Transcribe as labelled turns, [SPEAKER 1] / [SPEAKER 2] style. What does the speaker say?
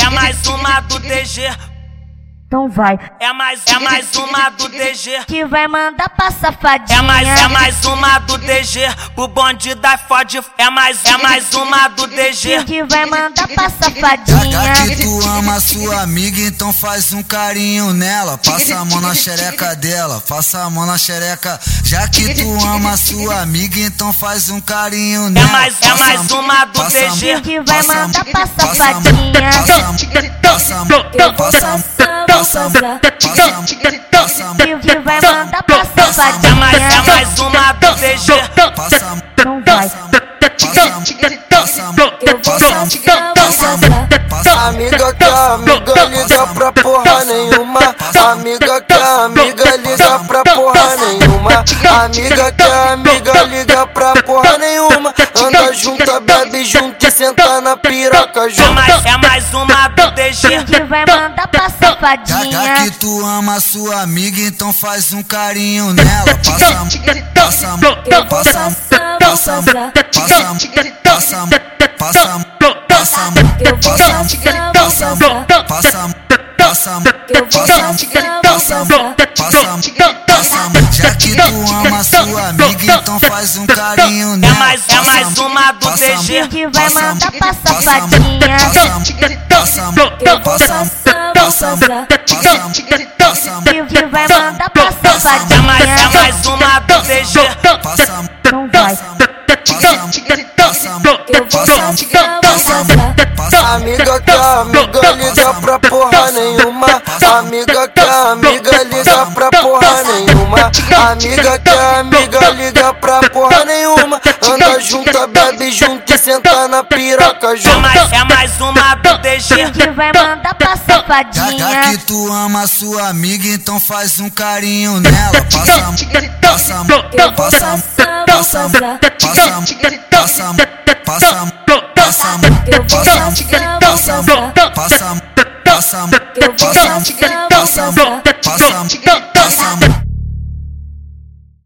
[SPEAKER 1] É mais uma do DG.
[SPEAKER 2] Então vai.
[SPEAKER 1] É mais, é mais uma do DG.
[SPEAKER 2] Que vai mandar pra safadinha.
[SPEAKER 1] É mais, é mais uma do DG. O bonde da fode. É mais, é mais uma do É DG.
[SPEAKER 2] Que vai mandar pra é,
[SPEAKER 3] Já
[SPEAKER 1] É
[SPEAKER 2] safadinha.
[SPEAKER 3] que tu ama sua amiga, então faz um carinho nela. Passa a mão na xereca dela, passa a mão na xereca. Já que tu ama sua amiga, então faz um carinho
[SPEAKER 1] É
[SPEAKER 3] nela.
[SPEAKER 1] mais, é
[SPEAKER 3] Passa a
[SPEAKER 1] mais
[SPEAKER 3] mão-
[SPEAKER 1] uma do É
[SPEAKER 3] passa a mão-
[SPEAKER 1] DG.
[SPEAKER 2] Que vai
[SPEAKER 3] passa a mão-
[SPEAKER 2] mandar pra
[SPEAKER 3] passa a mão-
[SPEAKER 2] safadinha.
[SPEAKER 3] passa a mão- passa a mão-
[SPEAKER 4] Eu vou
[SPEAKER 3] passa a
[SPEAKER 4] passar, passar,
[SPEAKER 3] mão- passa a mão- passa a mão- passa a mão-
[SPEAKER 2] Que que vai mandar pra
[SPEAKER 1] É mais, é
[SPEAKER 2] safadinha.
[SPEAKER 1] mais uma do DG.
[SPEAKER 3] passa a mão-
[SPEAKER 2] Então vai.
[SPEAKER 4] Eu vou passar, passar.
[SPEAKER 5] Amiga que amiga liga pra porra nenhuma. Amiga que amiga liga pra porra nenhuma. Amiga que amiga liga pra porra nenhuma. Anda junta, bebe junto e senta na piroca
[SPEAKER 1] É
[SPEAKER 5] junto.
[SPEAKER 1] mais, é mais uma do DG.
[SPEAKER 2] Que vai mandar pra
[SPEAKER 3] Já, já que
[SPEAKER 2] safadinha.
[SPEAKER 3] tu ama sua amiga, então faz um carinho nela. Passa a mão- passa a mão-
[SPEAKER 4] Eu vou
[SPEAKER 3] passa a mão-
[SPEAKER 4] passar,
[SPEAKER 3] passa a mão-
[SPEAKER 4] passar.
[SPEAKER 3] passa a mão- passa a mão- passa a mão- passa a mão-
[SPEAKER 4] Eu vou
[SPEAKER 3] passa a mão-
[SPEAKER 4] passar,
[SPEAKER 3] passa a mão-
[SPEAKER 4] passar.
[SPEAKER 3] passa a mão- passa a mão-
[SPEAKER 4] Eu vou
[SPEAKER 3] passa a mão-
[SPEAKER 4] passar,
[SPEAKER 3] passa a mão-
[SPEAKER 4] passar.
[SPEAKER 3] passa a mão- passa a mão. Já que tu ama sua amiga, então faz um carinho
[SPEAKER 1] É
[SPEAKER 3] nela.
[SPEAKER 1] mais, é
[SPEAKER 3] Passa a
[SPEAKER 1] mais
[SPEAKER 3] mão-
[SPEAKER 1] uma do
[SPEAKER 3] passa a mão-
[SPEAKER 1] DG.
[SPEAKER 2] Que vai mandar pra
[SPEAKER 3] passa a mão-
[SPEAKER 2] safadinha.
[SPEAKER 3] passa a mão- passa a
[SPEAKER 4] Eu
[SPEAKER 3] mão-
[SPEAKER 4] vou
[SPEAKER 3] passa a mão-
[SPEAKER 4] passar,
[SPEAKER 3] passa a mão-
[SPEAKER 4] passar.
[SPEAKER 3] passa a mão- passa a mão-
[SPEAKER 2] Que que vai mandar pra
[SPEAKER 1] É mais, é
[SPEAKER 2] safadinha.
[SPEAKER 1] mais uma do DG.
[SPEAKER 3] passa a mão-
[SPEAKER 2] Então vai.
[SPEAKER 4] Eu vou passar, passar.
[SPEAKER 5] Amiga que amiga liga pra porra nenhuma. Amiga que amiga liga pra porra nenhuma. Amiga que amiga liga pra porra nenhuma. Anda junta, bebe junto e senta na piroca
[SPEAKER 1] É
[SPEAKER 5] junto.
[SPEAKER 1] mais, é mais uma do DG.
[SPEAKER 2] Que vai mandar pra
[SPEAKER 3] Já, já
[SPEAKER 2] safadinha.
[SPEAKER 3] que tu ama sua amiga, então faz um carinho nela. Passa a mão, passa a mão,
[SPEAKER 4] Eu vou
[SPEAKER 3] passa a mão,
[SPEAKER 4] passar,
[SPEAKER 3] passa a mão,
[SPEAKER 4] passar.
[SPEAKER 3] passa a mão, passa a mão, passa a mão, passa a mão,
[SPEAKER 4] Eu vou
[SPEAKER 3] passa a mão,
[SPEAKER 4] passar,
[SPEAKER 3] passa a mão,
[SPEAKER 4] passar.
[SPEAKER 3] passa a mão, passa a mão,
[SPEAKER 4] Eu vou
[SPEAKER 3] passa a mão,
[SPEAKER 4] passar,
[SPEAKER 3] passa a mão,
[SPEAKER 4] passar.
[SPEAKER 3] passa a mão,